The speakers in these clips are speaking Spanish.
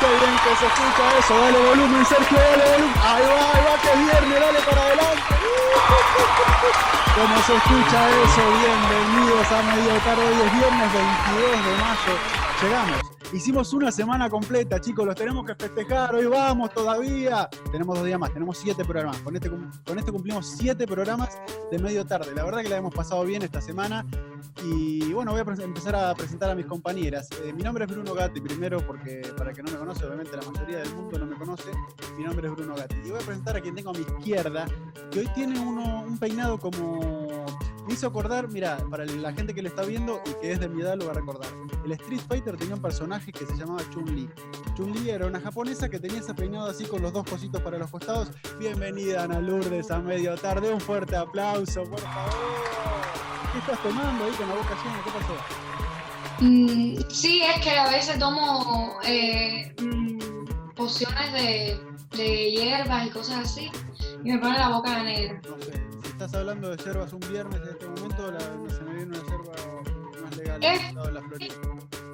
Qué bien que se escucha eso, dale volumen, Sergio, dale volumen. Ahí va, ahí va, que es viernes, dale para adelante. Como se escucha eso, bienvenidos a Medio Tarde, hoy es viernes 22 de mayo. Llegamos. Hicimos una semana completa, chicos, los tenemos que festejar, hoy vamos todavía. Tenemos dos días más, tenemos siete programas. Con este, cum- con este cumplimos siete programas de medio tarde. La verdad que la hemos pasado bien esta semana. Y bueno, voy a pre- empezar a presentar a mis compañeras. Eh, mi nombre es Bruno Gatti, primero, porque para el que no me conoce, obviamente la mayoría del mundo no me conoce. Mi nombre es Bruno Gatti. Y voy a presentar a quien tengo a mi izquierda, que hoy tiene uno, un peinado como. Me hizo acordar, mira, para la gente que lo está viendo y que es de mi edad lo va a recordar. El Street Fighter tenía un personaje que se llamaba Chun-Li. Chun-Li era una japonesa que tenía ese peinado así con los dos cositos para los costados. Bienvenida, Ana Lourdes, a medio tarde. Un fuerte aplauso, por favor. ¿Qué estás tomando ahí con la boca llena? ¿Qué pasó? Mm, sí, es que a veces tomo eh, mm, pociones de, de hierbas y cosas así y me pone la boca negra. No sé. Si estás hablando de yerbas un viernes en este momento, la, no se me viene una yerba más legal del Eh. estado de la Florida.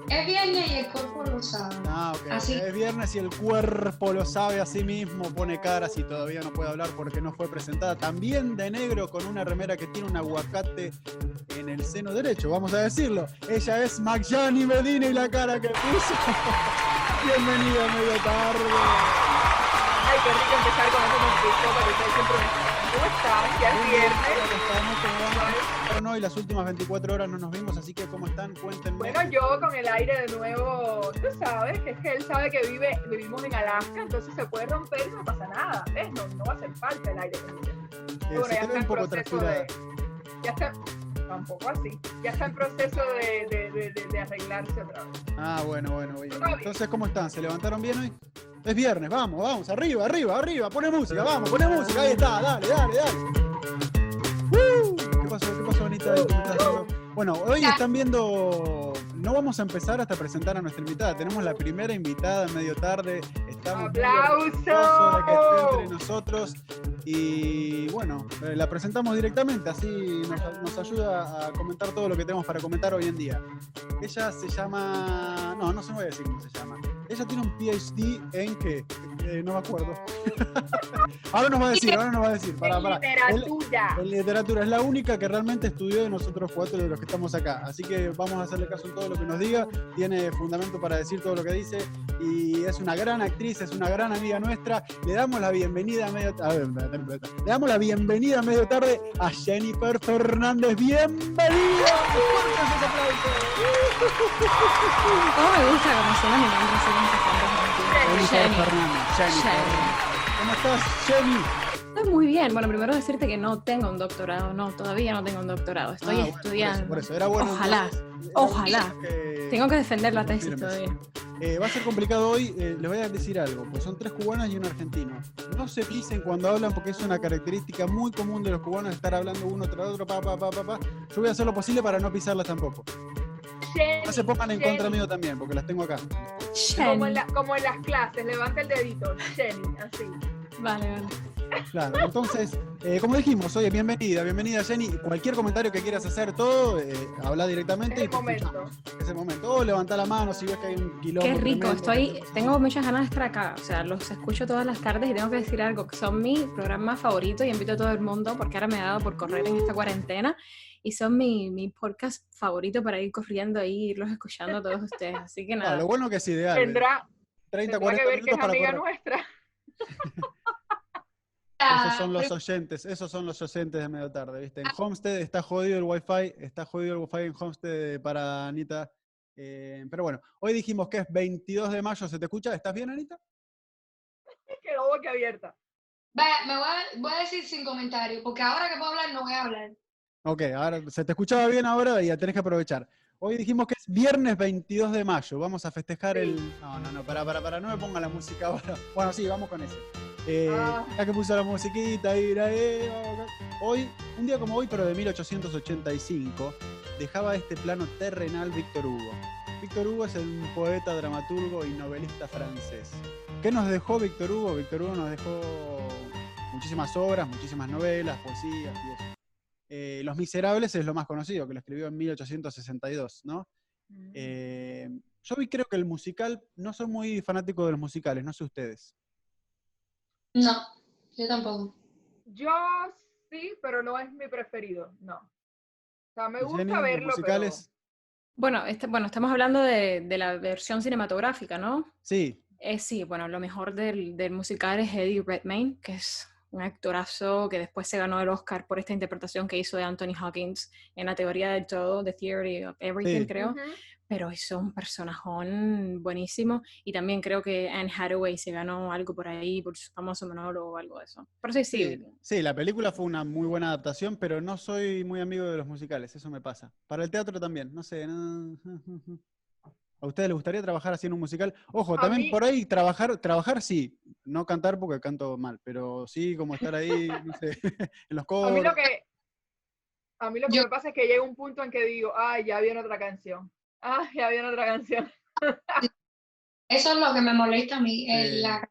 Es viernes y el cuerpo lo sabe. Ah, ok. Así. Es viernes y el cuerpo lo sabe a sí mismo, pone caras y todavía no puede hablar porque no fue presentada. También de negro con una remera que tiene un aguacate en el seno derecho, vamos a decirlo. Ella es Magyani Medina y la cara que puso. Bienvenida medio tarde. Ay, qué rico empezar con eso con Cristóbal, ustedes siempre me- ¿Cómo están? Ya es viernes. ¿Cómo estamos? ¿Cómo van? No, y las últimas 24 horas no nos vimos, así que ¿cómo están? Cuéntenme. Eh, Bueno, yo con el aire de nuevo, tú sabes, que es que él sabe que vive, vivimos en Alaska, entonces se puede romper y no pasa nada, ¿ves? No, no va a hacer falta el aire. acondicionado. Eh, Bueno, se te ve un poco proceso trasturada. de... Ya está, tampoco así, ya está en proceso de, de, de, de- de arreglarse otra vez. Ah, bueno, bueno, bien. Está bien. Entonces, ¿cómo están? ¿Se levantaron bien hoy? Es viernes, vamos, vamos, arriba, arriba, arriba, pone música, vamos, pone música, ahí está, dale, dale, dale. ¡Woo! ¿Qué pasó? ¿Qué pasó, Anita? ¿Cómo estás? Bueno, hoy están viendo. No vamos a empezar hasta presentar a nuestra invitada. Tenemos la primera invitada medio tarde. Estamos muy orgullosos ¡Aplauso! de que esté entre nosotros. Y bueno, eh, la presentamos directamente, así nos, nos ayuda a comentar todo lo que tenemos para comentar hoy en día. Ella se llama. No, no se me voy a decir cómo se llama. Ella tiene un PhD en qué? Eh, no me acuerdo. ahora nos va a decir, ahora nos va a decir. Pará, En pará. Él- literatura. en literatura es la única que realmente estudió de nosotros cuatro de los que estamos acá. Así que vamos a hacerle caso en todo lo que nos diga. Tiene fundamento para decir todo lo que dice. Y es una gran actriz, es una gran amiga nuestra. Le damos la bienvenida a medio tarde. Le damos la bienvenida a medio tarde a Jennifer Fernández. ¡Bienvenida! ¡Fuertes esos aplausos! ¿Cómo me gusta como suena mi nombre así como si fuera un Jennifer Jenny. Fernández. Jennifer. ¿Cómo estás, Jenny? Estoy muy bien. Bueno, primero decirte que no tengo un doctorado, no, todavía no tengo un doctorado. Estoy Ah, bueno, por eso, estudiando. por eso. Era bueno, Ojalá. entonces, era Ojalá. bueno que- Tengo que defender la No, tesis firmes. todavía. Eh, va a ser complicado hoy, eh, les voy a decir algo, pues son tres cubanas y un argentino. No se pisen cuando hablan porque es una característica muy común de los cubanos estar hablando uno tras otro, pa, pa, pa, pa, pa. Yo voy a hacer lo posible para no pisarlas tampoco. Jenny, No se pongan en Jenny, contra mío también, porque las tengo acá. Como en, Jenny. la- como en las clases, levanta el dedito, Jenny, así. Vale, vale. Claro, entonces, eh, como dijimos, oye, bienvenida, bienvenida Jenny. Cualquier comentario que quieras hacer, todo, eh, habla directamente. Es el y te escuchamos. momento. Es el momento. O levanta la mano si ves que hay un kilómetro. Qué rico. Estoy, tengo muchas ganas de estar acá. O sea, los escucho todas las tardes y tengo que decir algo que son mi programa favorito y invito a todo el mundo porque ahora me ha dado por correr en esta cuarentena y son mi, mi podcast favorito para ir corriendo ahí y irlos escuchando a todos ustedes. Así que nada. lo bueno que es ideal. eh, Tendrá, 30, tendrá que 40 ver que minutos es para amiga correr. nuestra. Ah, Esos son los oyentes, esos son los oyentes de medio tarde, ¿viste? En Homestead está jodido el wifi, está jodido el wifi en Homestead para Anita. Eh, pero bueno, hoy dijimos que es 22 de mayo, ¿se te escucha? ¿Estás bien, Anita? Quedó boca abierta. Va, me voy a, voy a decir sin comentario, porque ahora que puedo hablar no voy a hablar. Ok, ahora se te escuchaba bien ahora y ya tenés que aprovechar. Hoy dijimos que es viernes 22 de mayo, vamos a festejar el... No, no, no, para, para, para, no me ponga la música ahora. Bueno, sí, vamos con eso. Eh, Ah. Ya que puso la musiquita, ir ahí, vamos acá. Hoy, un día como hoy, pero de 1885, dejaba este plano terrenal Víctor Hugo. Víctor Hugo es un poeta, dramaturgo y novelista francés. ¿Qué nos dejó Víctor Hugo? Víctor Hugo nos dejó muchísimas obras, muchísimas novelas, poesías y eso. Eh, Los Miserables es lo más conocido, que lo escribió en 1862, ¿no? Eh, yo vi, creo que el musical, no soy muy fanático de los musicales, no sé ustedes. No, yo tampoco. Yo sí, pero no es mi preferido, no. O sea, me Jenny, gusta los verlo, musicales, Bueno, este, bueno, estamos hablando de, de la versión cinematográfica, ¿no? Sí, Eh, sí, bueno, lo mejor del, del musical es Eddie Redmayne, que es un actorazo que después se ganó el Oscar por esta interpretación que hizo de Anthony Hawkins en la teoría del todo, The Theory of Everything, Sí. pero... creo. Ujú. Pero hizo un personajón buenísimo. Y también creo que Anne Hathaway se ganó algo por ahí, por su famoso monólogo o algo de eso. Pero sí, sí. sí, eh, sí, la película fue una muy buena adaptación, pero no soy muy amigo de los musicales, eso me pasa. Para el teatro también, no sé. no- ¿A ustedes les gustaría trabajar así en un musical? Ojo, A también mí- por ahí trabajar, trabajar sí, no cantar porque canto mal, pero sí como estar ahí, no sé, en los A mí coros. lo que, a mí lo que Yo- me pasa es que llega un punto en que digo, ay, ya viene otra canción. Ah, ya viene otra canción. Eso es lo que me molesta a mí, eh, Sí. la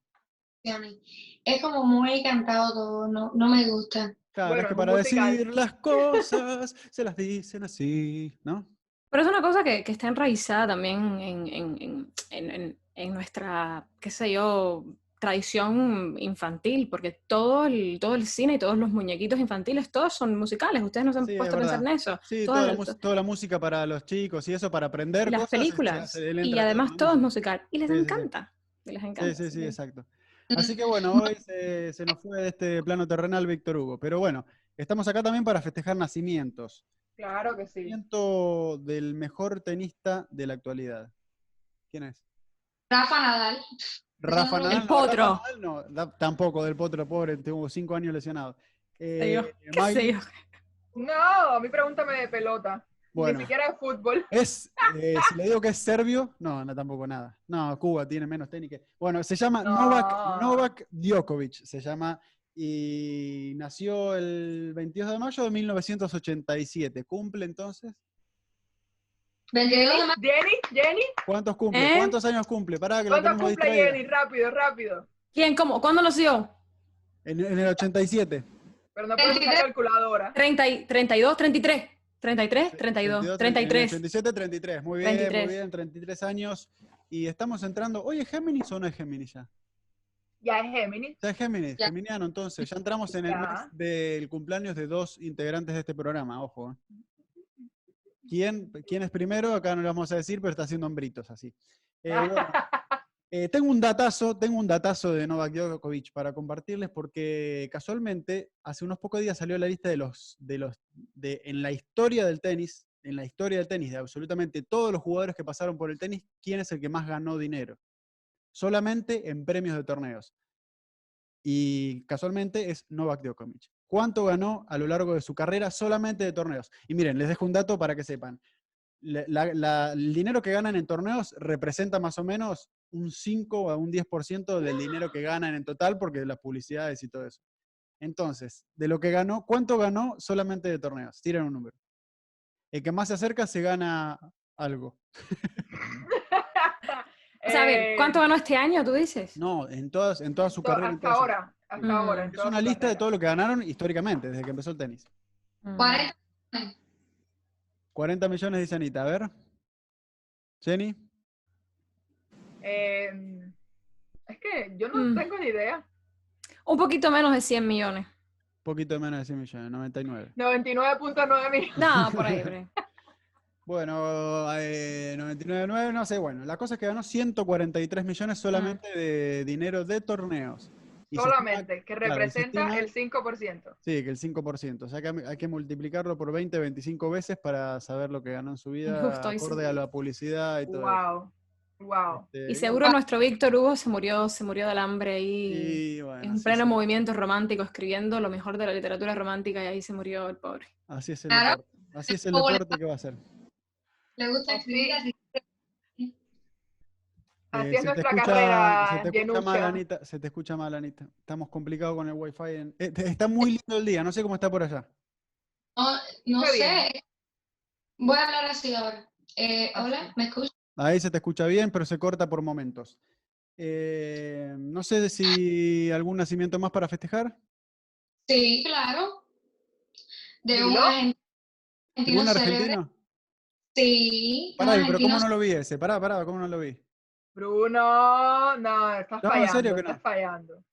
canción. Es como muy cantado todo, no, no me gusta. Claro, Bueno, es que en un para musical. decir las cosas se las dicen así, ¿no? Pero es una cosa que, que está enraizada también en, en- en- en- en- en nuestra, qué sé yo, tradición infantil, porque todo el, todo el cine y todos los muñequitos infantiles, todos son musicales. Ustedes no se han Sí, es puesto a pensar en verdad. eso. Sí, Todas toda la, las- mus- toda la música para los chicos y eso, para aprender. Y las cosas, se- se películas. hace del Y entretenimiento, además ¿no? todo es musical. Y les Sí, sí, sí. encanta. Y les encanta. Sí, sí, así sí, que- exacto. Así que bueno, hoy se, se nos fue de este plano terrenal Víctor Hugo. Pero bueno, estamos acá también para festejar nacimientos. Claro que sí. Nacimiento del mejor tenista de la actualidad. ¿Quién es? Rafa Nadal, Rafa El Nadal. no, potro. Rafa Nadal no, da- tampoco, del potro, pobre, tuvo cinco años lesionado. sé yo, Eh, qué sé Mike, yo. No, a mí pregúntame de pelota. bueno. Ni siquiera de fútbol. Es, eh, si le digo que es serbio, no, no tampoco nada. No, Cuba tiene menos técnica. Bueno, se llama No. Novak, Novak Djokovic, se llama, y nació el 22 de mayo de 1987. ¿Cumple entonces? 22 de mayo, Jenny, Jenny, ¿Cuántos cumple? ¿Eh? ¿Cuántos años cumple? Pará, que la ¿cuánto tenemos cumple distraída. Jenny? Rápido, rápido. ¿Quién? ¿Cómo? ¿Cuándo nació? En, en el 87. Pero no puedo usar 23. calculadora. 30, y- 32, 33. 33, 32, En el 33. 87, 33. Muy bien, 33. muy bien, 33 años. Y estamos entrando. ¿Oye, Géminis o no es Géminis ya? Ya es Géminis. Ya es Géminis, Ya. Geminiano, entonces. Ya entramos en el Ya. mes del cumpleaños de dos integrantes de este programa, ojo. ¿eh? ¿Quién, quién es primero? Acá no lo vamos a decir, pero está haciendo hombritos así. Eh, bueno, eh, tengo un datazo, tengo un datazo de Novak Djokovic para compartirles porque casualmente hace unos pocos días salió la lista de los, de los, de, en la historia del tenis, en la historia del tenis, de absolutamente todos los jugadores que pasaron por el tenis, quién es el que más ganó dinero. Solamente en premios de torneos. Y casualmente es Novak Djokovic. ¿Cuánto ganó a lo largo de su carrera solamente de torneos? Y miren, les dejo un dato para que sepan. La- la- la- el dinero que ganan en torneos representa más o menos un 5 a un 10% del dinero que ganan en total porque de las publicidades y todo eso. Entonces, de lo que ganó, ¿cuánto ganó solamente de torneos? Tiran un número. El que más se acerca se gana algo. O sea, a ver, Eh, ¿cuánto ganó este año, tú dices? No, en, todas, en toda su to- carrera. en Hasta toda su- ahora, hasta Mm. ahora. en Es toda una su lista de carrera. todo lo que ganaron históricamente, desde que empezó el tenis. Mm. 40, 40 millones, dice Anita. A ver. Jenny. Eh, es que yo no Mm. tengo ni idea. Un poquito menos de 100 millones. Poquito menos de 100 millones, 99. 99.9 millones. No, por ahí, por ahí. Bueno, eh, 99.9, no sé, bueno. La cosa es que ganó 143 millones solamente de dinero de torneos. Y se estima- Solamente, que claro, y se representa estima- el 5%. sí, que el 5%. O sea que hay hay que multiplicarlo por 20, 25 veces para saber lo que ganó en su vida, Justo, y se- acorde a la publicidad y todo eso. Wow, wow. Este, Y seguro nuestro Víctor Hugo se murió, se murió del hambre ahí. y bueno, en así pleno es el- movimiento romántico, escribiendo lo mejor de la literatura romántica y ahí se murió el pobre. Así es el Claro. deporte. Así es el Pobre. deporte que va a ser. le gusta escribir así. Así Eh, es se te nuestra escucha- carrera, Se te escucha mal, Yenucha. Anita. Se te escucha mal, Anita. Estamos complicados con el wifi. En... eh, te- está muy lindo el día, no sé cómo está por allá. No, no Está sé. Voy a hablar así ahora. Eh, Hola, ¿me escuchas? Ahí se te escucha bien, pero se corta por momentos. Eh, no sé si algún nacimiento más para festejar. Sí, claro. De ¿No? un argentino, ¿Algún célebre. argentino? Sí. Pará, un pero ¿cómo no argentino lo vi ese? Pará, pará, ¿cómo no lo vi? Bruno, no, estás No, en fallando. serio que no. Estás fallando.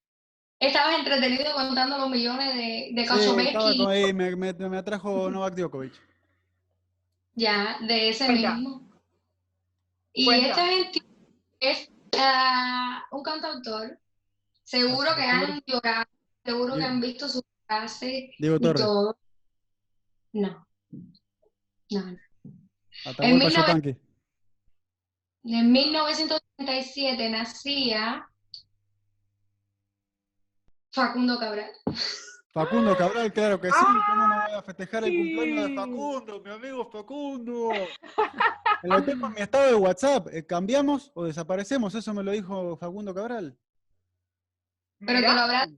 Estabas entretenido contando los millones de, de Sí, estaba Kazomeki, con- eh, me, me- me atrajo Novak Djokovic. ya, de ese Pues Cuenta. mismo. Y Cuenta. este argentino es ah, un cantautor. Seguro que han llorado, seguro que Diego- han visto su clase Diego y Torres. todo. No. No. Atahualpa 1900 Yupanqui. En 1937 nacía Facundo Cabral. Facundo Cabral, claro que sí. ¿Cómo no voy a festejar el ¡Ah, sí. cumpleaños de Facundo, mi amigo Facundo? Lo tengo en mi estado de WhatsApp. eh, ¿Cambiamos o desaparecemos? Eso me lo dijo Facundo Cabral. Pero que Mira, lo habrás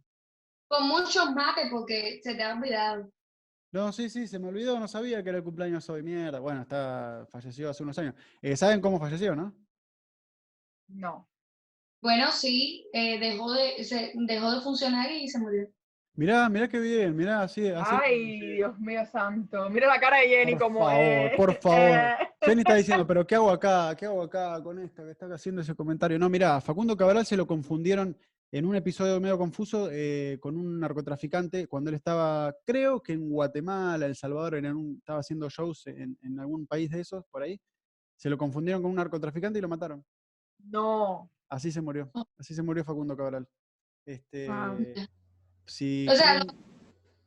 con muchos mates porque se te ha olvidado. No, sí, sí, se me olvidó, no sabía que era el cumpleaños hoy, mierda. Bueno, está, falleció hace unos años. Eh, ¿Saben cómo falleció, no? No. Bueno, sí, eh, dejó, de, se- dejó de funcionar y se murió. Mirá, mirá qué bien, mirá, así. así Ay, Dios mío santo. Mira la cara de Jenny Por como. favor, eh, por favor. eh, Jenny está diciendo, pero ¿qué hago acá? ¿Qué hago acá con esta que está haciendo ese comentario? No, mirá, a Facundo Cabral se lo confundieron en un episodio medio confuso eh, con un narcotraficante cuando él estaba, creo que en Guatemala, El Salvador, en un- estaba haciendo shows en, en algún país de esos, por ahí. Se lo confundieron con un narcotraficante y lo mataron. no. Así se murió. Así se murió Facundo Cabral. Este, Wow. si O sea, creen-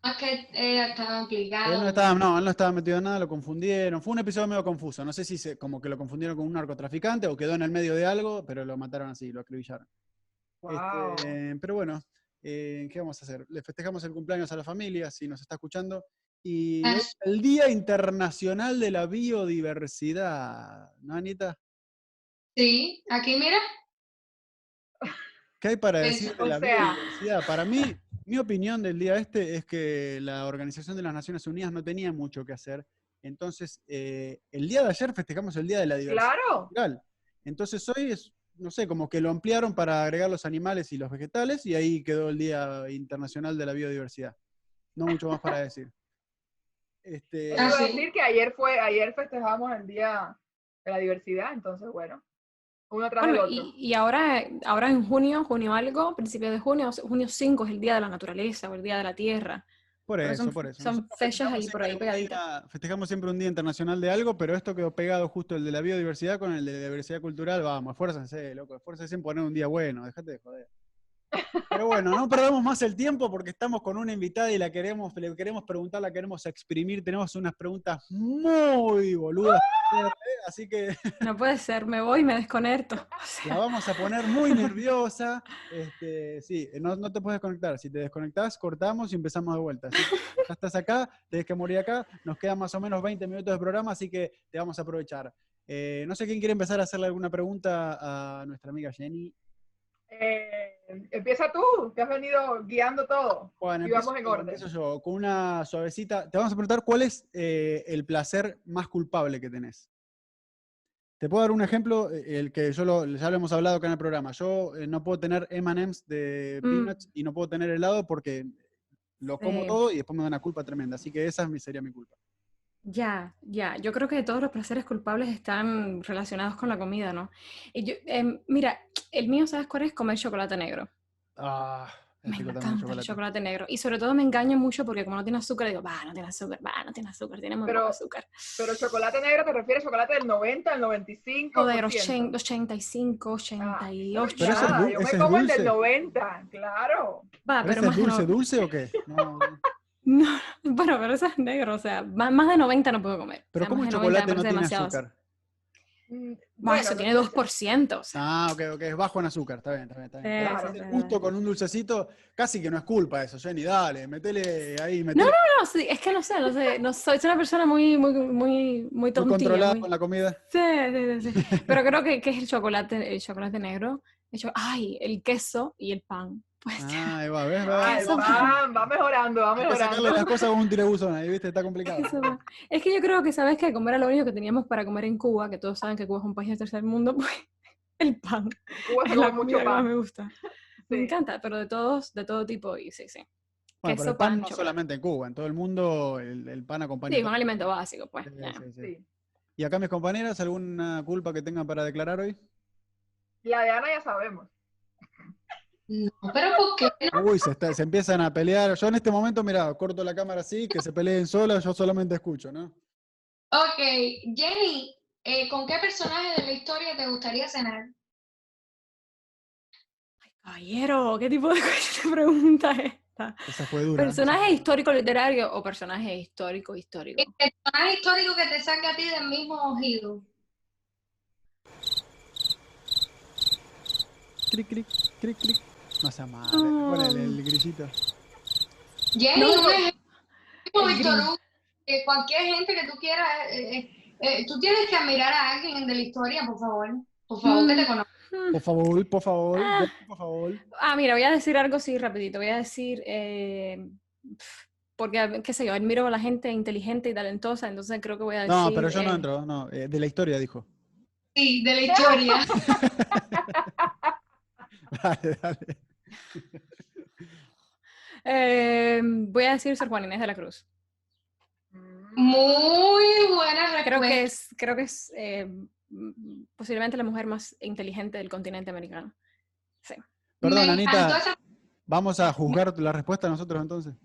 Más que eh, estaba Él no implicado. estaba, no, él no estaba metido en nada, lo confundieron. Fue un episodio medio confuso. No sé si se, como que lo confundieron con un narcotraficante o quedó en el medio de algo, pero lo mataron así, lo acribillaron. Wow. Este, pero bueno, eh, ¿qué vamos a hacer? Le festejamos el cumpleaños a la familia, si nos está escuchando. Y Ah. es el Día Internacional de la Biodiversidad, ¿no, Anita? Sí, aquí mira, ¿Qué hay para Pues, decir de o la sea. biodiversidad? Para mí, mi opinión del día este es que la Organización de las Naciones Unidas no tenía mucho que hacer. Entonces, eh, el día de ayer festejamos el Día de la Diversidad Claro. Natural. Entonces, hoy es, no sé, como que lo ampliaron para agregar los animales y los vegetales y ahí quedó el Día Internacional de la Biodiversidad. No mucho más para decir. Este, Yo iba a sí. decir que ayer fue, ayer festejamos el día de la diversidad, entonces bueno, uno tras Bueno, el otro. y, y ahora, ahora en junio, junio algo, principio de junio, o sea, junio 5 es el Día de la Naturaleza o el Día de la Tierra. por Pero eso, son por eso. son Nosotros fechas ahí festejamos por ahí siempre un pegaditas. día- Festejamos siempre un día internacional de algo, pero esto quedó pegado justo el de la biodiversidad con el de la diversidad cultural. Vamos, esfuércense, loco, esfuércense en poner un día bueno, dejate de joder. Pero bueno, no perdamos más el tiempo porque estamos con una invitada y la queremos, le queremos preguntar, la queremos exprimir. Tenemos unas preguntas muy boludas, ¡Uh! para hacer, ¿eh? así que No puede ser, me voy y me desconecto. O sea, la vamos a poner muy nerviosa. Este, sí, no, no te puedes conectar. Si te desconectás, cortamos y empezamos de vuelta. Así que ya estás acá, tenés que morir acá. Nos quedan más o menos 20 minutos de programa, así que te vamos a aprovechar. Eh, no sé quién quiere empezar a hacerle alguna pregunta a nuestra amiga Jenny. Eh, empieza tú, que has venido guiando todo. Bueno, Y empiezo vamos en yo, orden. empiezo yo, con una suavecita. Te vamos a preguntar cuál es eh, el placer más culpable que tenés. Te puedo dar un ejemplo, eh, el que yo lo, ya lo hemos hablado acá en el programa. Yo eh, no puedo tener M&M's de Mm. peanuts y no puedo tener helado porque lo como Sí. todo y después me da una culpa tremenda. Así que esa es mi- sería mi culpa. ya, ya. Yo creo que todos los placeres culpables están relacionados con la comida, ¿no? Y yo, em, mira, el mío, ¿sabes cuál es? Comer chocolate negro. Ah, el Me pico también de encanta el chocolate. chocolate negro. Y sobre todo me engaña mucho porque como no tiene azúcar, digo, va, no tiene azúcar, va, no tiene azúcar, tiene muy Pero- poco azúcar. Pero chocolate negro te refieres a chocolate del 90 al 95. O de 80, 85, Ah, 88. Pero ese es Nada, du- yo ese me es como el dulce. del 90, claro. Va, ¿Pero pero ese es más de dulce, no- dulce o qué? No, no. No, bueno, pero eso es negro, o sea, más, más de 90 no puedo comer. Pero o sea, ¿cómo el más de 90 me chocolate no parece tiene demasiado. azúcar? Mm, Bueno, bueno, eso no tiene sé. 2%, o sea, Ah, ok, ok, es bajo en azúcar, está bien, está bien, está bien. Sí, Pero sí, hacer sí, sí. justo con un dulcecito, casi que no es culpa eso, Jenny, dale, metele ahí, metele No, sí, es que no sé, no sé, no soy soy una persona muy, muy, muy, muy muy tontilla. controlada muy- con la comida. Sí, sí, sí, sí. Pero creo que, que es el chocolate, el chocolate negro. El cho- Ay, el queso y el pan. Pues Ah, ahí va, ¿ves? Va. Ay, Eso- va, va mejorando, va Hay que sacarle mejorando. las cosas con un tirabuzón ahí, ¿viste? Está complicado. Eso va. Es que yo creo que, ¿sabes que Como era lo único que teníamos para comer en Cuba, que todos saben que Cuba es un país del tercer mundo, pues el pan. Cuba Es come la comida mucho que más pan. me gusta. Me Sí. encanta, pero de todos, de todo tipo, y sí, sí. Bueno, pero queso, el pan pan, no chocolate. solamente en Cuba, en todo el mundo el, el pan acompaña. Sí, todo. un alimento básico, pues. Sí, ya. sí, sí. Sí. Y acá mis compañeras, ¿alguna culpa que tengan para declarar hoy? La de Ana ya sabemos. No, pero ¿por qué no? Uy, se, está- se empiezan a pelear. Yo en este momento, mira, corto la cámara así, que se peleen solas, yo solamente escucho, ¿no? Ok, Jenny, eh, ¿con qué personaje de la historia te gustaría cenar? Caballero, ¿qué tipo de cosa- pregunta es esta? Esa fue dura. ¿Personaje histórico literario o personaje histórico histórico? El personaje histórico que te saque a ti del mismo ojido. Cric, cric, cric, cric. No sea madre. Ponele el grillito. Jenny, No, no. un ejemplo, El Víctor gringo. Hugo, que cualquier gente que tú quieras, eh, eh, eh, tú tienes que admirar a alguien de la historia, por favor. Por favor, Mm. que te conozca. Por favor, por favor, Ah. ya, por favor. Hmm. Ah, mira, voy a decir algo así rapidito. Voy a decir, eh, pf, porque, qué sé yo, admiro a la gente inteligente y talentosa, entonces creo que voy a decir... No, pero yo no eh, entro, no. eh, de la historia, dijo. Sí, de la historia. Dale, dale. eh, voy a decir Sor Juan Inés de la Cruz. Mm. Muy buena respuesta. Creo que es, creo que es eh, mm, posiblemente la mujer más inteligente del continente americano. Perdón, Me encantó Anita, esa- vamos a juzgar la respuesta nosotros entonces.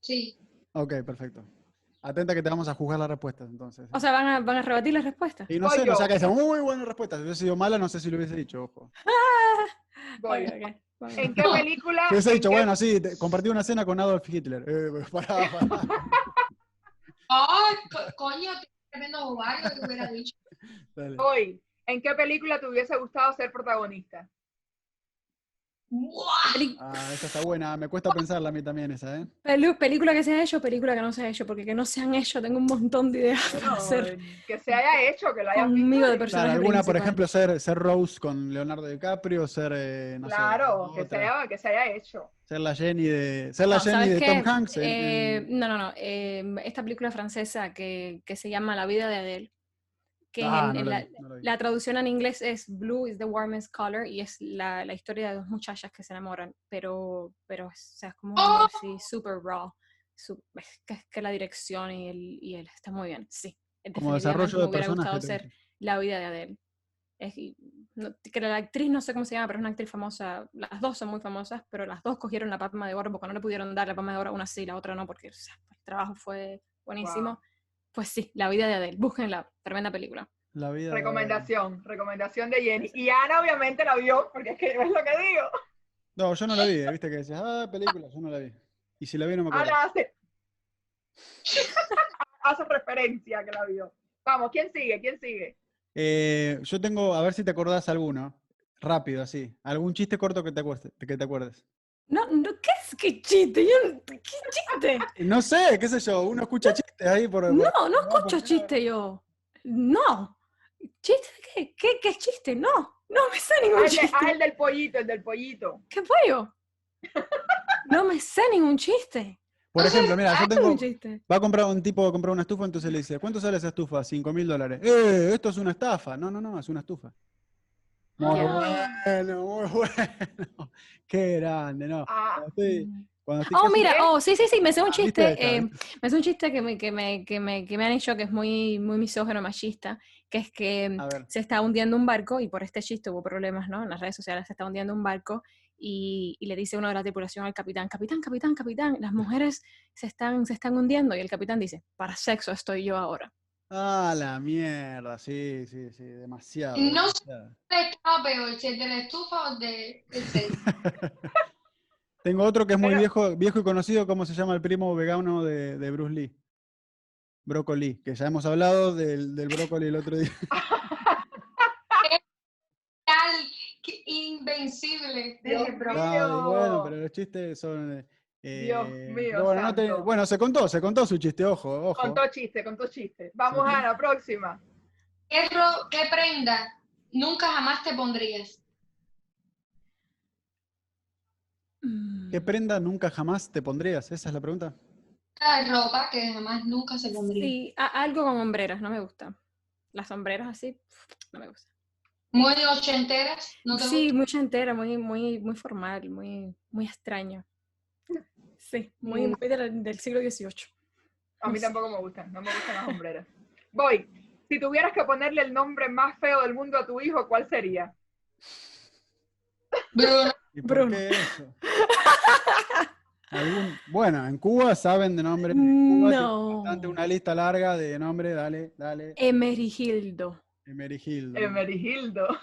Sí. Ok, perfecto. Atenta que te vamos a juzgar las respuestas entonces. O sea, ¿van a, van a rebatir la respuesta? Y no Voy sé, no yo. sea que sea muy buena respuesta. Si hubiese sido mala, no sé si lo hubiese dicho, ojo. Voy. Ok, ok, vamos. ¿En qué No. película? Si hubiese Ah, en dicho, qué- bueno, sí, te- compartí una cena con Adolf Hitler. Eh, pará, pará. Ay, co- coño, qué tremendo bobario que hubiera dicho. Dale. Hoy, ¿en qué película te hubiese gustado ser protagonista? ¡Buah! Peli- Ah, esa está buena. Me cuesta pensarla a mí también esa, ¿eh? pelu- película que se ha hecho, película que no se ha hecho, porque que no se han hecho, tengo un montón de ideas para Bueno, hacer Que se haya hecho, que la hayas conmigo de visto. Claro, personaje alguna, por principal. ejemplo, ser, ser Rose con Leonardo DiCaprio, ser, eh, no sé, Claro, que se, otra. haya, que se haya hecho. ser la Jenny de, ser la No, Jenny de ¿sabes qué? Tom Hanks. en- Eh, en- No, no, no. eh, esta película francesa que, que se llama La vida de Adele, que en- Ah, en no la la, vi, no la vi. la traducción en inglés es Blue is the warmest color y es la, la historia de dos muchachas que se enamoran, pero, pero o sea, es como un amor así, super raw. su- es que, es que la dirección y el, y el- está muy bien, sí. como definitivamente desarrollo de me hubiera personaje. gustado te ser dije. la vida de Adele. Es, y no- que la actriz, no sé cómo se llama, pero es una actriz famosa. Las dos son muy famosas, pero las dos cogieron la palma de oro porque no le pudieron dar la palma de oro, una sí, la otra no, porque o sea, el trabajo fue buenísimo. Guau. Pues sí, La vida de Adele, búsquenla, tremenda película. La vida. de- Recomendación, recomendación de Jenny. Y Ana obviamente la vio, porque es que es lo que digo. No, yo no la vi, viste que decías, ah, película, yo no la vi. Y si la vi no me acuerdo. Ana hace... hace referencia que la vio. Vamos, ¿quién sigue? ¿Quién sigue? Eh, yo tengo, a ver si te acordás alguno, rápido, así. Algún chiste corto que te acuerdes. Que te acuerdes. No, no, ¿qué es? ¿Qué chiste? Yo, no- ¿Qué chiste? No sé, qué sé yo, uno escucha chistes ahí por... por- No, no escucho porque no- chiste yo. No. ¿Chiste? ¿Qué, qué, qué chiste? No, no me sé Ah, ningún el, de- chiste. ah, el del pollito, el del pollito. ¿Qué pollo? No me sé ningún chiste. Por ejemplo, mira, yo tengo... Un chiste. Va a comprar un tipo, va a comprar una estufa, entonces le dice, ¿cuánto sale esa estufa? 5 mil dólares. ¡Eh, esto es una estafa! No, no, no, es una estufa. Muy Ah. bueno, muy bueno. Qué grande, no. Ah, Cuando estoy- Mm. cuando estoy Oh, casi- mira, bien. oh, sí, sí, sí, me sé un Ah, ¿viste? chiste, Ahí está, eh, ¿viste? me sé un chiste que me, que me, que me, que me han hecho que es muy, muy misógino, machista, que es que mm, A ver. se está hundiendo un barco y por este chiste hubo problemas, ¿no? En las redes sociales se está hundiendo un barco y, y le dice uno de la tripulación al capitán, capitán, capitán, capitán, las mujeres se están, se están hundiendo y el capitán dice, para sexo estoy yo ahora. Ah, la mierda, sí, sí, sí, demasiado. No demasiado. estaba peor, si el de la estufa o el de... el de- Tengo otro que es muy Pero- viejo, viejo y conocido, ¿cómo se llama el primo vegano de, de Bruce Lee? Brócoli, que ya hemos hablado del, del brócoli el otro día. Tal, que invencible. de Dios Lebron. Ay, bueno, mío. pero los chistes son. eh, Dios eh, mío, pero bueno, no te- santo. bueno, se contó, se contó su chiste, ojo, ojo. contó chiste, contó chiste. Vamos, Sí. Ana, próxima. ¿Qué, ro- qué prenda nunca jamás te pondrías? Mm. ¿Qué prenda nunca jamás te pondrías? Esa es la pregunta. La ropa que jamás nunca se pondría. Sí, a- algo con hombreras, no me gusta. Las sombreras así, pf, no me gusta. Muy ochenteras, no te Sí, mucha entera, muy, muy, muy formal, muy, muy extraño. Sí, muy, Mm. muy de la- del siglo XVIII. A mí tampoco me gustan, no me gustan las hombreras. Voy. Si tuvieras que ponerle el nombre más feo del mundo a tu hijo, ¿cuál sería? Bruno, ¿Y por Bruno. qué eso? ¿Algún- Bueno, en Cuba saben de nombre. en Cuba tienen No. bastante una lista larga de nombre, dale, dale. Emerigildo, Emerigildo. Emerigildo, de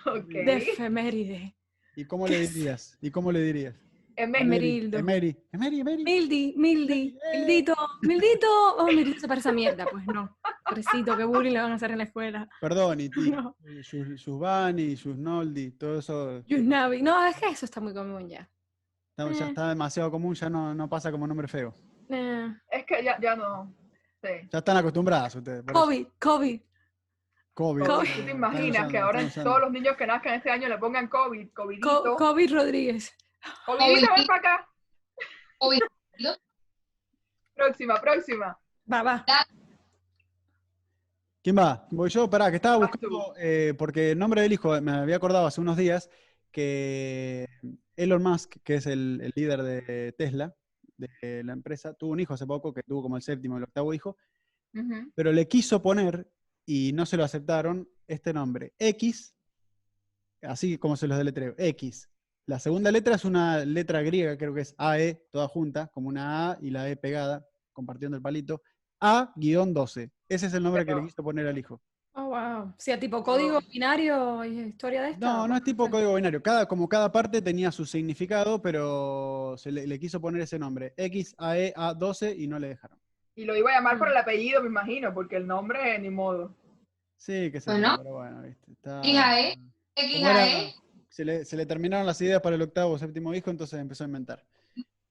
ok. efeméride. ¿Y cómo le ¿Qué es? dirías? ¿Y cómo le dirías? Emer- Emerildo. Emeri. Emeri, Emeri. Mildi, Mildi, Eh. Mildito, Mildito. Oh, Mildito se parece a mierda, pues no. Pobrecito, qué bullying le van a hacer en la escuela. Perdón, y, y- No. y sus, sus Bani, sus Noldi, todo eso Yusnavi. No, es que eso está muy común ya. está- ya Eh. está demasiado común, ya no, no pasa como nombre feo. Eh, Es que ya, ya no. Sí. Ya están acostumbradas ustedes. por eso. Kobe, Kobe. COVID. Como COVID. tú te Están imaginas que usando, ahora están usando. todos los niños que nazcan este año le pongan COVID, Co- COVIDito. Kobe Rodríguez. COVIDito, ven para acá. COVID. Próxima, próxima. Va, va. ¿Quién va? Voy yo, pará, que estaba Vas buscando, eh, porque el nombre del hijo, me había acordado hace unos días que Elon Musk, que es el, el líder de Tesla, de la empresa, tuvo un hijo hace poco, que tuvo como el séptimo, el octavo hijo, Ujú. pero le quiso poner, y no se lo aceptaron, este nombre, X, así como se los deletreo, X. La segunda letra es una letra griega, creo que es AE, toda junta, como una A y la E pegada, compartiendo el palito, A-12. Ese es el nombre que Pero- le quiso poner al hijo. Oh, wow. Sí, a tipo código binario y historia de pues, esto. No, no es tipo código binario. Cada, como cada parte tenía su significado, pero se le, le quiso poner ese nombre. X, A, E, A, 12 y no le dejaron. Y lo iba a llamar por el apellido, me imagino, porque el nombre ni modo. Sí, que se Bueno. pero bueno, viste. está- Hija, ¿eh? Como era- XAE. se, le, se le terminaron las ideas para el octavo o séptimo hijo, entonces empezó a inventar.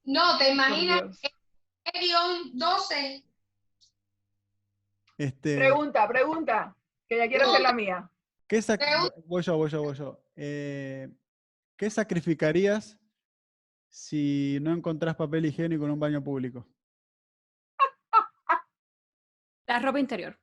No, te Por imaginas, Dios. guión 12. Este, Pregunta, pregunta, que ya quiero hacer la mía. ¿qué sac- pregunta. voy yo, voy yo, voy yo. Eh, ¿Qué sacrificarías si no encontrás papel higiénico en un baño público? La ropa interior.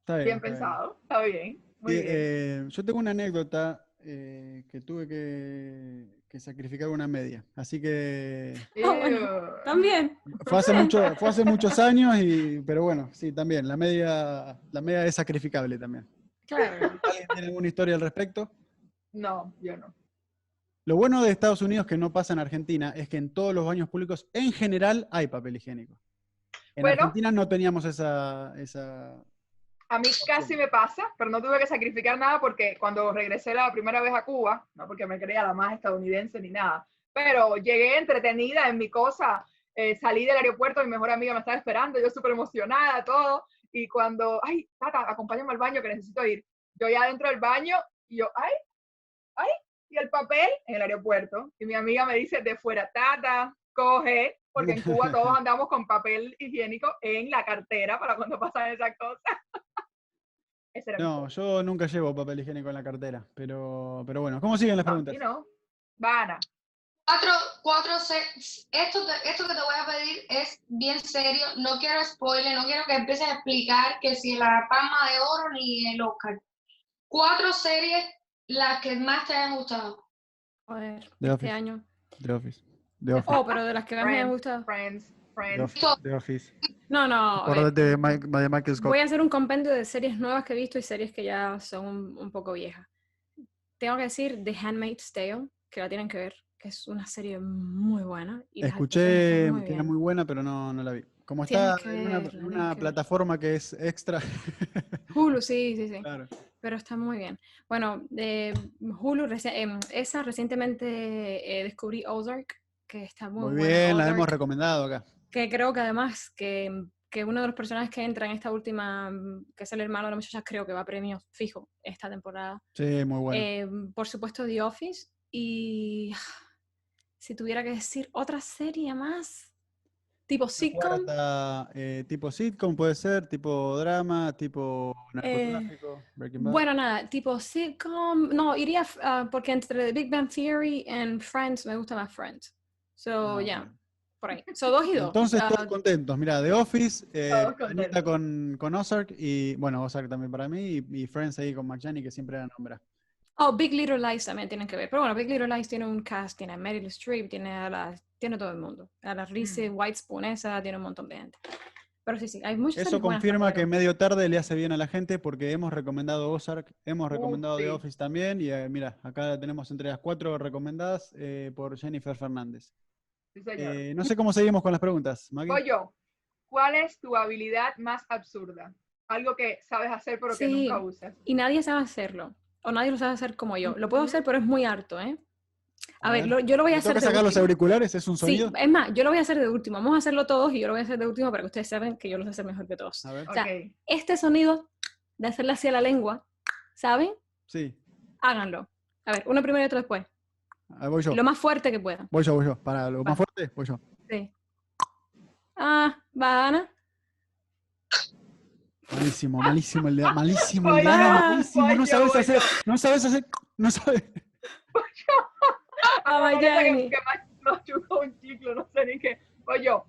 Está bien. Bien está bien. pensado, está bien. Muy Sí, bien. eh, yo tengo una anécdota eh, que tuve que, que sacrificar una media. Así que Eh, Ah, bueno, Ew. También. fue hace, mucho, fue hace muchos años, y, pero bueno, sí, también. La media, la media es sacrificable también. Claro. ¿Alguien tiene alguna historia al respecto? No, yo no. Lo bueno de Estados Unidos que no pasa en Argentina es que en todos los baños públicos en general hay papel higiénico. En Bueno. Argentina no teníamos esa, esa... A mí casi me pasa, pero no tuve que sacrificar nada porque cuando regresé la primera vez a Cuba, no porque me creía la más estadounidense ni nada, pero llegué entretenida en mi cosa, eh, salí del aeropuerto, mi mejor amiga me estaba esperando, yo súper emocionada, todo, y cuando, ay, tata, acompáñame al baño que necesito ir, yo ya dentro del baño, y yo, ay, ay, y el papel en el aeropuerto, y mi amiga me dice, de fuera, tata, coge, porque en Cuba todos andamos con papel higiénico en la cartera para cuando pasan esas cosas. Ese era mi No, yo nunca llevo papel higiénico en la cartera, pero, pero bueno, ¿cómo siguen las Ah, No, preguntas? y no. Vana. Cuatro, cuatro, se- esto, te- esto que te voy a pedir es bien serio. No quiero spoiler, no quiero que empieces a explicar que si la palma de oro ni el Oscar. Cuatro series las que más te hayan gustado. Joder, The este Office, año. The Office, The Office, Oh, pero de las que más me han Friends. gustado. Friends, The Friends. Office. The Office. No, no. a ver, Acordate de, Mike- de Michael Scott. Voy a hacer un compendio de series nuevas que he visto y series que ya son un, un poco viejas. Tengo que decir The Handmaid's Tale, que la tienen que ver, que es una serie muy buena. y las actuaciones Escuché están muy que era bien. muy buena, pero no, no la vi. Como Tienes está que en una, verla, en tienes una que verla. plataforma que es extra, Hulu, sí, sí, sí. claro. Pero está muy bien. Bueno, de Hulu, reci- em, esa recientemente eh, descubrí Ozark, que está muy, Muy buena, bien, la hemos Ozark, recomendado acá. Que creo que además que, que uno de los personajes que entra en esta última, mm, que es el hermano de la muchacha, creo que va a premios fijo esta temporada. Sí, muy buena. Em, por supuesto, The Office. Y si tuviera que decir otra serie más, tipo sitcom. Cuarta, eh, tipo sitcom puede ser, tipo drama, tipo narcotráfico, Breaking Bad. Eh, Bueno, nada, tipo sitcom. No, iría ah, porque entre Big Bang Theory and Friends me gusta más Friends. So, Ah, yeah, bueno. por ahí. So, dos y dos. Entonces, Ah, todos contentos. Mira, The Office, eh, Todos Anita contentos. con, con Ozark y, bueno, Ozark también para mí y, y Friends ahí con McJanny que siempre la nombra. oh, Big Little Lies también tienen que ver. Pero bueno, Big Little Lies tiene un cast, tiene a Meryl Streep, tiene a la, tiene todo el mundo. A Mm. la Reese White Spoon, esa, tiene un montón de gente. Pero sí, sí, hay muchas Eso series buenas confirma para que ver. medio tarde le hace bien a la gente porque hemos recomendado Ozark, hemos recomendado sí. The Office también y eh, mira, acá tenemos entre las cuatro recomendadas eh, por Jennifer Fernández. Sí, señor. Eh, no sé cómo seguimos con las preguntas, Maggie. Voy yo. ¿Cuál es tu habilidad más absurda? Algo que sabes hacer pero que Sí. nunca usas. Y nadie sabe hacerlo. O nadie lo sabe hacer como yo. Lo puedo hacer, pero es muy harto, ¿eh? A ver, lo- yo lo voy a ¿Te hacer. toca de sacar los último. auriculares? ¿Es un Sí, sonido? es más, yo lo voy a hacer de último. Vamos a hacerlo todos y yo lo voy a hacer de último para que ustedes sepan que yo lo sé hacer mejor que todos. A ver, O sea, Ok. Este sonido de hacerle hacia la lengua, ¿saben? sí. Háganlo. A ver, uno primero y otro después. Ah, voy yo. Lo más fuerte que puedan. Voy yo, voy yo. Para lo más fuerte, voy yo. Sí. Ah, va Ana. Malísimo, malísimo el de malísimo el de Voy Ana, yo, malísimo, voy no yo, sabes voy hacer, no sabes hacer, no sabes. Ah, Ahora vaya, que- Emi. que más- no chupó un chicle, no sé ni qué. Voy yo.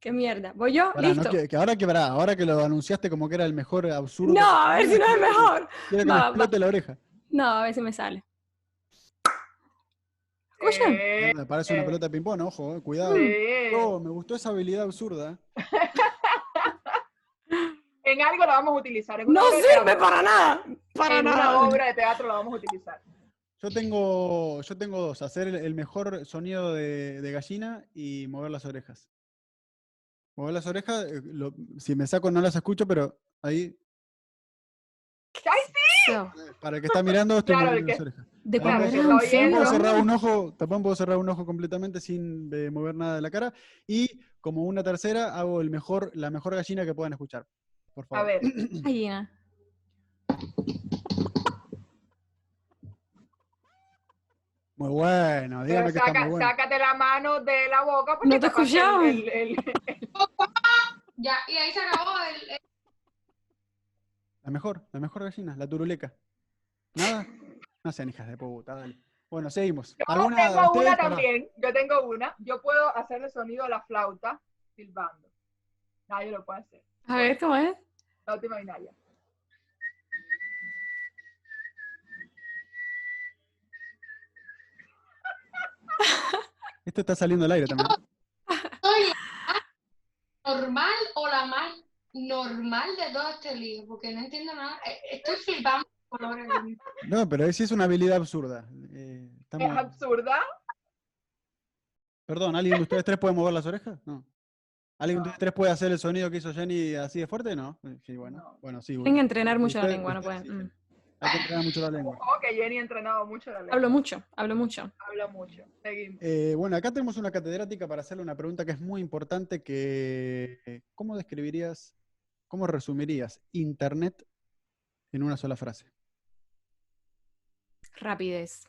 Qué mierda. Voy yo, Pará, no, listo. que, que ahora que pará, ahora que lo anunciaste como que era el mejor absurdo. No, a ver si no es mejor. Quiero que Va, me va. explote la oreja. No, a ver si me sale. Escuchen. Eh, Mierda, Parece una eh. pelota de ping pong, ojo, eh, cuidado. sí. Oh, me gustó esa habilidad absurda. En algo la vamos a utilizar. en una No obra de sirve teatro. para nada. Para En una nada. obra de teatro la vamos a utilizar. Yo tengo, yo tengo dos, hacer el, el mejor sonido de, de gallina y mover las orejas. Mover las orejas, eh, lo- si me saco no las escucho, pero ahí, ¡Ay, sí! So, eh, para el que está mirando, estoy Claro, el moviendo que- las orejas. de Claro, Tampoco cuando que era está enfermo, oyendo. puedo cerrar ¿no? un ojo, tampoco puedo cerrar un ojo completamente sin eh, mover nada de la cara. Y como una tercera, hago el mejor, la mejor gallina que puedan escuchar. Por favor. A ver. Gallina. Muy bueno, Pero dígame que está saca- muy bueno. sácate la mano de la boca porque No te capaz que escuchaba. el- el- el- Ya, y ahí se acabó el, el- La mejor, la mejor gallina, la turuleca. ¿Nada? No sean hijas de puta, dale. Bueno, seguimos. Yo ¿Alguna de tengo ustedes? una Pará. también. Yo tengo una. Yo puedo hacerle sonido a la flauta silbando. Nadie lo puede hacer. A ver cómo es. La última y Ah, Naya. Esto está saliendo al aire también. soy la más normal o la más normal de todo este lío, porque no entiendo nada. Eh, Estoy flipando por ahora mismo. No, pero es- sí es una habilidad absurda. Eh, Es estamos- absurda. Perdón, ¿alguien de ustedes tres puede mover las orejas? No. ¿Alguien de ustedes tres puede hacer el sonido que hizo Jenny así de fuerte? No. Eh, Sí, bueno. No. Bueno, sí. Tienen que bueno. entrenar mucho la Ustedes- lengua, no ustedes pueden. sí, Hay que entrenar mucho la lengua. Ojo que Jenny ha entrenado mucho la mm. lengua. Hablo mucho, hablo mucho. Habla mucho. Seguimos. Eh, bueno, acá tenemos una catedrática para hacerle una pregunta que es muy importante que eh, ¿cómo describirías, cómo resumirías Internet en una sola frase? Rapidez.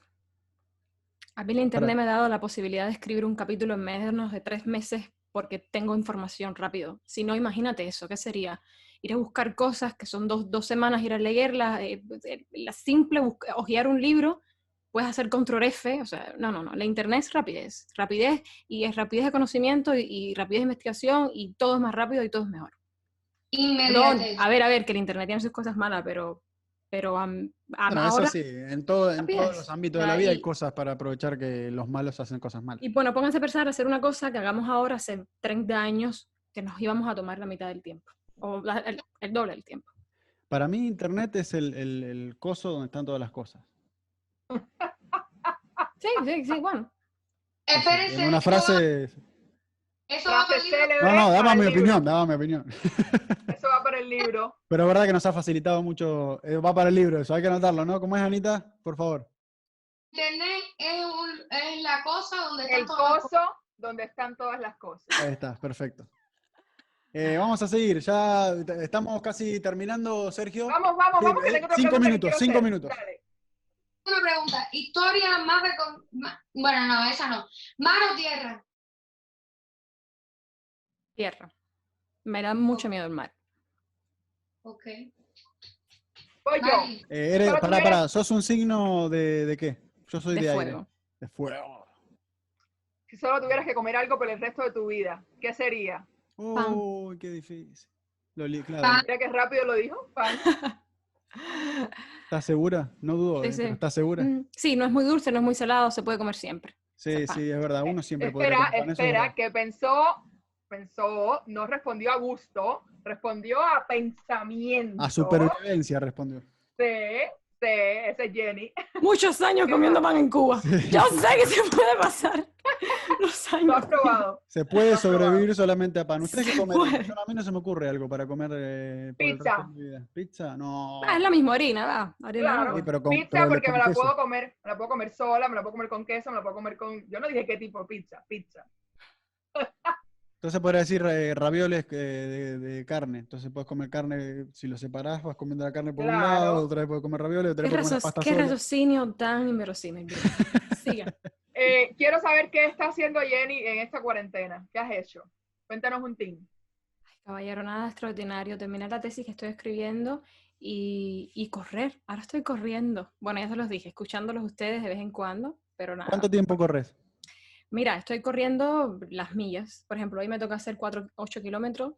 A mí la internet me ha dado la posibilidad de escribir un capítulo en menos de tres meses porque tengo información rápido. Si no, imagínate eso, ¿qué sería? Ir a buscar cosas que son dos, dos semanas, ir a leerlas, eh, eh, la simple, busca- hojear un libro, puedes hacer control F, o sea, no, no, no, la internet es rapidez, rapidez y es rapidez de conocimiento y, y rapidez de investigación y todo es más rápido y todo es mejor. Perdón, Inmediatez. a ver, a ver, que el internet tiene sus cosas malas, pero, pero a, a Bueno, Ah, ahora... eso sí, en, todo, en todos rapidez. los ámbitos de Ah, la vida hay y- cosas para aprovechar que los malos hacen cosas malas. Y bueno, pónganse a pensar hacer una cosa que hagamos ahora hace 30 años, que nos íbamos a tomar la mitad del tiempo, o la- el, el doble del tiempo. Para mí Internet es el, el- el coso donde están todas las cosas. Sí, sí, sí, bueno. Espérense. en una eso va- frase... Eso va a Frase pedir. célebre No, no, daba para mi el libro. opinión, daba mi opinión. Eso va para el libro. Pero es verdad que nos ha facilitado mucho, eh, va para el libro eso, hay que anotarlo, ¿no? ¿Cómo es, Anita? Por favor. Internet es, un, es la cosa donde está El coso donde están todas las cosas. Ahí está, perfecto. Eh, vamos a seguir, ya t- estamos casi terminando, Sergio. Vamos, vamos, Sí, vamos. que eh, tengo otra cinco pregunta que minutos, quiero cinco hacer. minutos. Dale. una pregunta. Historia más de... Bueno, no, esa no. ¿Mar o tierra? Tierra. Me da mucho miedo el mar. Ok. Voy yo. Mari. Eh, eres, Pero tú pará, eres- pará, ¿sos un signo de, de qué? Yo soy de, De aire. fuego. De fuego. Si solo tuvieras que comer algo por el resto de tu vida, ¿qué sería? Uy, Pan. qué difícil. Lo li- claro, Pan. Mira que rápido lo dijo. Pan. ¿Estás segura? No dudo, Sí, eh, sí. pero ¿estás segura? Mm, Sí, no es muy dulce, no es muy salado, se puede comer siempre. Sí, pan. sí, es verdad. Uno siempre puede. Espera, espera, que pensó, pensó, no respondió a gusto, respondió a pensamiento. A supervivencia respondió. Sí, sí, ese es Jenny. Muchos años comiendo pan en Cuba. Yo sé que se puede pasar los Lo años. has probado. Se puede has probado. sobrevivir solamente a pan. ¿Ustedes qué Se comen? puede. Yo- A mí no se me ocurre algo para comer eh, por el Pizza. resto de mi vida. ¿Pizza? No. Ah, es la misma orina, va. Orina Claro. Sí, no. pero con- Pizza pero le- porque con me la queso. puedo comer, me la puedo comer sola, me la puedo comer con queso, me la puedo comer con. Yo no dije qué tipo de pizza, pizza. Entonces podría decir eh, ravioles eh, de, de carne. Entonces puedes comer carne, si lo separás, vas comiendo la carne por un Claro. lado, otra vez puedes comer ravioles, otra vez Qué, puedes comer razo- pasta qué sola. raciocinio tan inverosímil. mira. Siga. Eh, quiero saber qué está haciendo Jenny en esta cuarentena. ¿Qué has hecho? Cuéntanos un team. Caballero, nada extraordinario. Terminar la tesis que estoy escribiendo y, y correr. Ahora estoy corriendo. Bueno, ya se los dije, escuchándolos ustedes de vez en cuando, pero nada. ¿Cuánto tiempo corres? Mira, estoy corriendo las millas. Por ejemplo, hoy me toca hacer 4, 8 kilómetros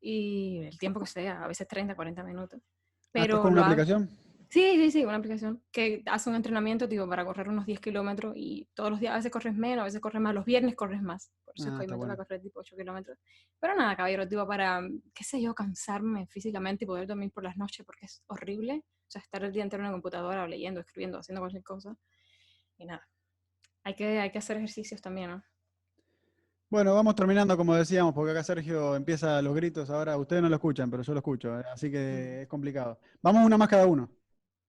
y el tiempo que sea, a veces 30, 40 minutos. Ah, ¿estás Pero con lo una hago- aplicación? Sí, sí, sí, una aplicación que hace un entrenamiento tipo para correr unos 10 kilómetros y todos los días a veces corres menos, a veces corres más, los viernes corres más, por eso Ah, es que está hoy me toca bueno. correr tipo 8 kilómetros. Pero nada, caballero, tipo para, mm, qué sé yo, cansarme físicamente y poder dormir por las noches porque es horrible, o sea, estar el día entero en una computadora, o leyendo, escribiendo, haciendo cualquier cosa. Y nada, hay que, hay que hacer ejercicios también, ¿no? Bueno, vamos terminando como decíamos, porque acá Sergio empieza los gritos ahora. Ustedes no lo escuchan, pero yo lo escucho, eh, así Mm. que es complicado. Vamos una más cada uno.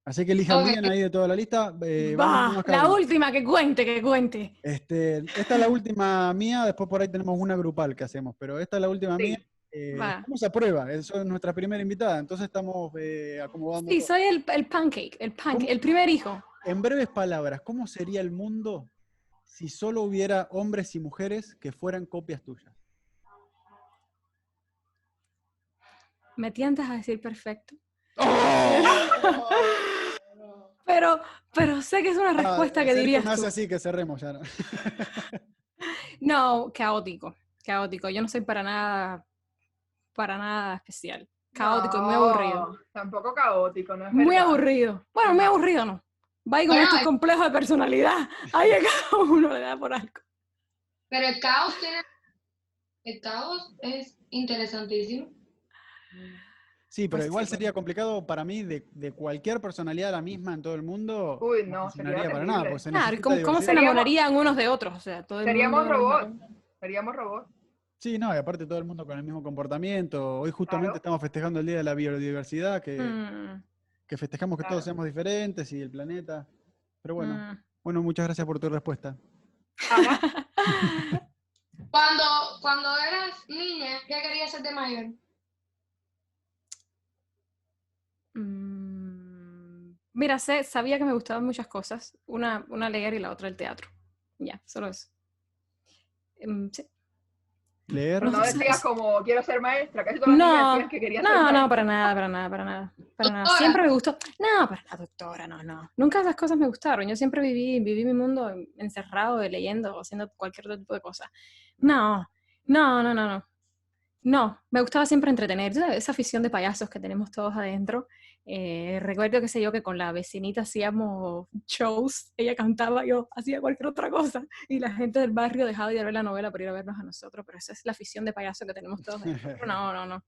Así que elijan Ok. bien ahí de toda la lista. eh, vamos ¡Bah! una más cada La uno. última, que cuente, que cuente. Este, esta es la última mía, después por ahí tenemos una grupal que hacemos, pero esta es la última Sí. mía. Eh, Va. estamos a prueba, eso es nuestra primera invitada, entonces estamos eh, acomodando. Sí, todo. soy el, el pancake, el pancake, el primer hijo. En breves palabras, ¿cómo sería el mundo si solo hubiera hombres y mujeres que fueran copias tuyas? Me tientas a decir perfecto. Pero, pero sé que es una respuesta que Sergio dirías Me hace tú. así que cerremos ya. ¿no? No, caótico, caótico. Yo no soy para nada, para nada especial. Caótico, y muy aburrido. No, Tampoco caótico, no es Muy verdad. aburrido. Bueno, muy aburrido no. Va ahí con Bueno, estos es- complejos de personalidad. Ahí a cada uno le da por algo. Pero el caos tiene... El caos es interesantísimo. Sí, pero Pues igual sí. sería complicado para mí de, de cualquier personalidad la misma en todo el mundo. Uy, no, sería funcionaría para nada. terrible. porque se Claro, ¿y necesita ¿cómo, cómo diversidad. se Seríamos- enamorarían unos de otros? O sea, todo el Seríamos mundo- robots. Seríamos robots. Sí, no, y aparte todo el mundo con el mismo comportamiento. Hoy justamente Claro. estamos festejando el Día de la Biodiversidad, que, Mm, que festejamos que todos Claro. seamos diferentes y el planeta. Pero bueno, mm. bueno, muchas gracias por tu respuesta. Ana, Cuando, cuando eras niña, ¿qué querías ser de mayor? Mm, Mira, sé, sabía que me gustaban muchas cosas. Una, una leer y la otra el teatro. Ya, solo eso. Em, sí. Leer. pero no sé. decías como quiero ser maestra, casi todas las No, niñas decían que querías ser No, maestra. no, para nada, para nada, para nada. Para nada. Doctora. Siempre me gustó. No, para la doctora, no, no. Nunca esas cosas me gustaron. Yo siempre viví, viví mi mundo en- encerrado, de leyendo, o haciendo cualquier otro tipo de cosas. No, no, no, no, no. No, me gustaba siempre entretener. Yo- Esa afición de payasos que tenemos todos adentro. eh, recuerdo, qué sé yo, que con la vecinita hacíamos shows. Ella cantaba, yo hacía cualquier otra cosa. Y la gente del barrio dejaba de ir a ver la novela para ir a vernos a nosotros. Pero esa es la afición de payaso que tenemos todos pero No, no, no.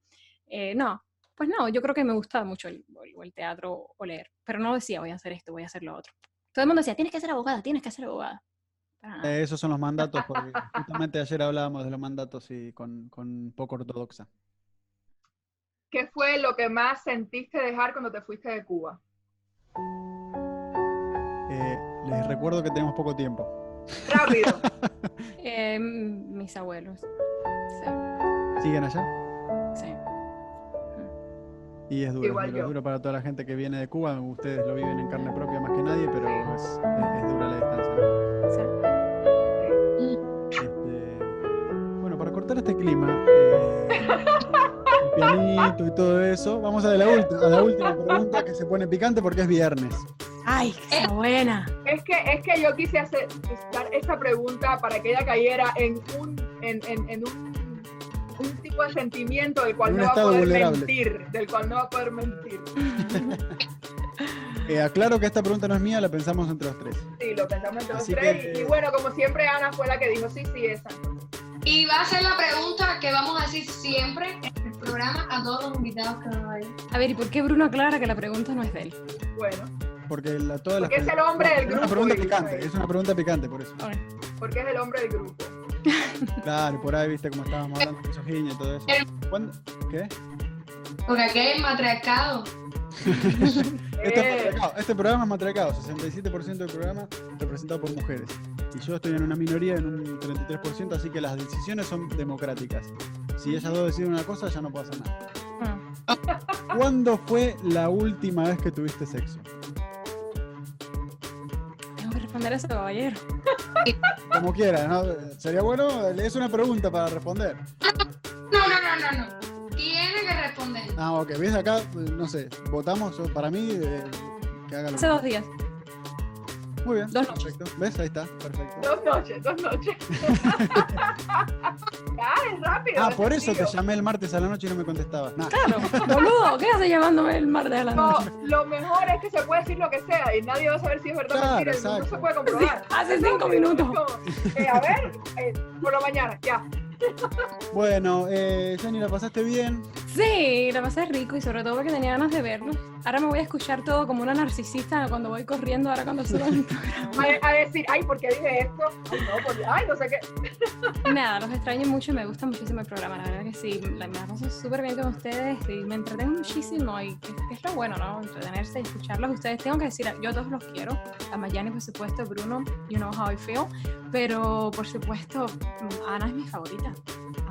Eh, no, pues no, yo creo que me gustaba mucho el, o el teatro o leer, pero no decía voy a hacer esto, voy a hacer lo otro. Todo el mundo decía, tienes que ser abogada, tienes que ser abogada. Para nada. Eh, esos son los mandatos, porque justamente ayer hablábamos de los mandatos y con, con poco ortodoxa. ¿Qué fue lo que más sentiste dejar cuando te fuiste de Cuba? Eh, les recuerdo que tenemos poco tiempo. Rápido. Eh, mm, mis abuelos. Sí, ¿Siguen allá? sí. Y es duro, Igual es duro, es yo. duro para toda la gente que viene de Cuba. Ustedes lo viven en carne propia más que nadie, pero es, es- es dura la distancia. ¿no? Sí. Este, bueno, para cortar este clima, eh, el pianito y todo eso, vamos a la, ulti- a la última pregunta que se pone picante porque es viernes. Ay, qué está buena. Es que, es que yo quise hacer dar esta pregunta para que ella cayera en un, en, en- en un, un tipo de sentimiento del cual En un no va a estado poder vulnerable. mentir, del cual no va a poder mentir. Eh, aclaro que esta pregunta no es mía, la pensamos entre los tres. Sí, lo pensamos entre los Así tres. que- y bueno, como siempre, Ana fue la que dijo, sí, sí, esa. Y va a ser la pregunta que vamos a decir siempre en el programa a todos los invitados que nos vayan. A ver, ¿y por qué Bruno aclara que la pregunta no es de él? Bueno, Porque la, todas las Porque es el preguntas- hombre del Es una grupo, pregunta y- picante, es una pregunta picante, por eso. porque es el hombre del grupo. Claro, por ahí viste cómo estábamos hablando de misoginia y todo eso. Eh, ¿Cuándo- ¿Qué? Porque aquí hay matriarcado. Este, es Eh. matriarcado, este programa es matracado, 67% del programa representado por mujeres. Y yo estoy en una minoría, en un 33%, así que las decisiones son democráticas. Si ellas dos deciden una cosa, ya no puedo hacer nada. Ah. ¿Cuándo fue la última vez que tuviste sexo? Tengo que responder eso, caballero. Como quieras, ¿no? Sería bueno, es una pregunta para responder. No, no, no, no, no. Tiene que responder. Ah, ok, ves acá, no sé, votamos, yo- para mí, eh, que haga lo Hace dos días. Muy bien, dos noches. perfecto. ¿Ves? Ahí está, perfecto. Dos noches, dos noches. Dale, rápido. Ah, no por seas eso te tío. llamé el martes a la noche y no me contestabas. Nah. Claro, boludo, ¿qué haces llamándome el martes de la No, noche? lo mejor es que se puede decir lo que sea y nadie va a saber si es verdad o Claro, mentira. El mundo exacto. se puede comprobar. Hace cinco Es minutos. como, eh, a ver, eh, por la mañana, ya. Bueno, eh, Jenny, ¿la pasaste bien? Sí, la pasé rico y sobre todo porque tenía ganas de verlo. Ahora me voy a escuchar todo como una narcisista cuando voy corriendo, ahora cuando suba mi programa. A, a decir, ay, ¿por qué dije esto? Ay, no, por, ay, no sé qué. Nada, los extraño mucho y me gusta muchísimo el programa. La verdad que sí, la, me la paso súper bien con ustedes y me entretengo muchísimo. Y que, que es lo bueno, ¿no? Entretenerse y escucharlos a ustedes. Tengo que decir, yo a todos los quiero. A Mayani, por supuesto, Bruno, you know how I feel. Pero, por supuesto, Ana es mi favorita.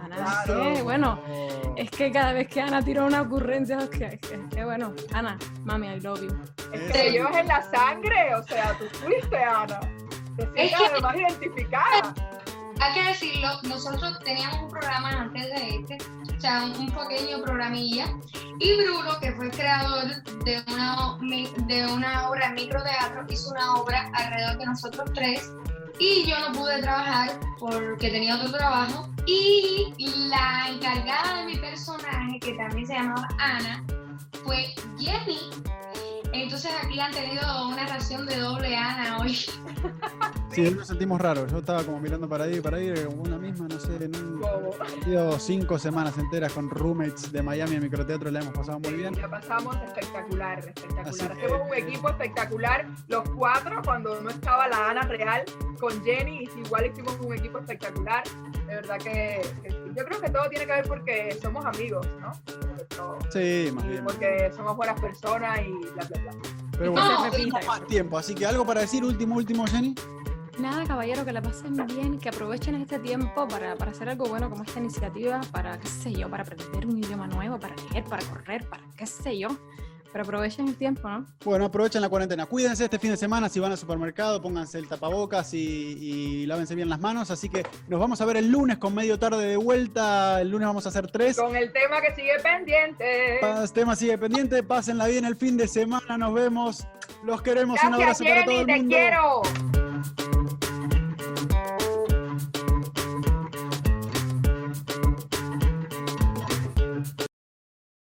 Ana, es Claro. que, bueno, es que cada vez que Ana tira una ocurrencia, es que, es que- es que, bueno, Ana, mami, I love you. Es que lo Eso. llevas en la sangre, o sea, tú fuiste, Ana. Te sientes que- además identificada. Hay que decirlo, nosotros teníamos un programa antes de este, o sea, un, un pequeño programilla, y Bruno, que fue el creador de una, o- mi- de una obra de microteatro, hizo una obra alrededor de nosotros tres, y yo no pude trabajar porque tenía otro trabajo, y la encargada de mi personaje, que también se llamaba Ana, fue Jenny. Entonces aquí han tenido una ración de doble Ana hoy. Sí, nos sentimos raros. Yo estaba como mirando para ahí y para ahí, era como una misma, no sé, en un Bobo. partido cinco semanas enteras con roommates de Miami en microteatro, la hemos pasado muy bien. La pasamos espectacular, Así espectacular. que- Hacemos un equipo espectacular, los cuatro, cuando no estaba la Ana Real con Jenny, y igual hicimos un equipo espectacular. De verdad que, que sí. yo creo que todo tiene que ver porque somos amigos, ¿no? Sobre todo. Sí, más Y bien. porque somos buenas personas y bla, bla, bla. Pero No, bueno, se repita tenemos más tiempo, así que algo para decir, último, último, Jenny. Nada, caballero, que la pasen bien, que aprovechen este tiempo para, para hacer algo bueno como esta iniciativa, para, qué sé yo, para aprender un idioma nuevo, para leer, para correr, para qué sé yo. Pero aprovechen el tiempo, ¿no? Bueno, aprovechen la cuarentena. Cuídense este fin de semana si van al supermercado, pónganse el tapabocas y, y lávense bien las manos. Así que nos vamos a ver el lunes con medio tarde de vuelta. El lunes vamos a hacer tres. Con el tema que sigue pendiente. Pas- tema sigue pendiente. Pásenla bien el fin de semana. Nos vemos. Los queremos. Un abrazo Gracias, para todo Jenny, el te mundo. quiero.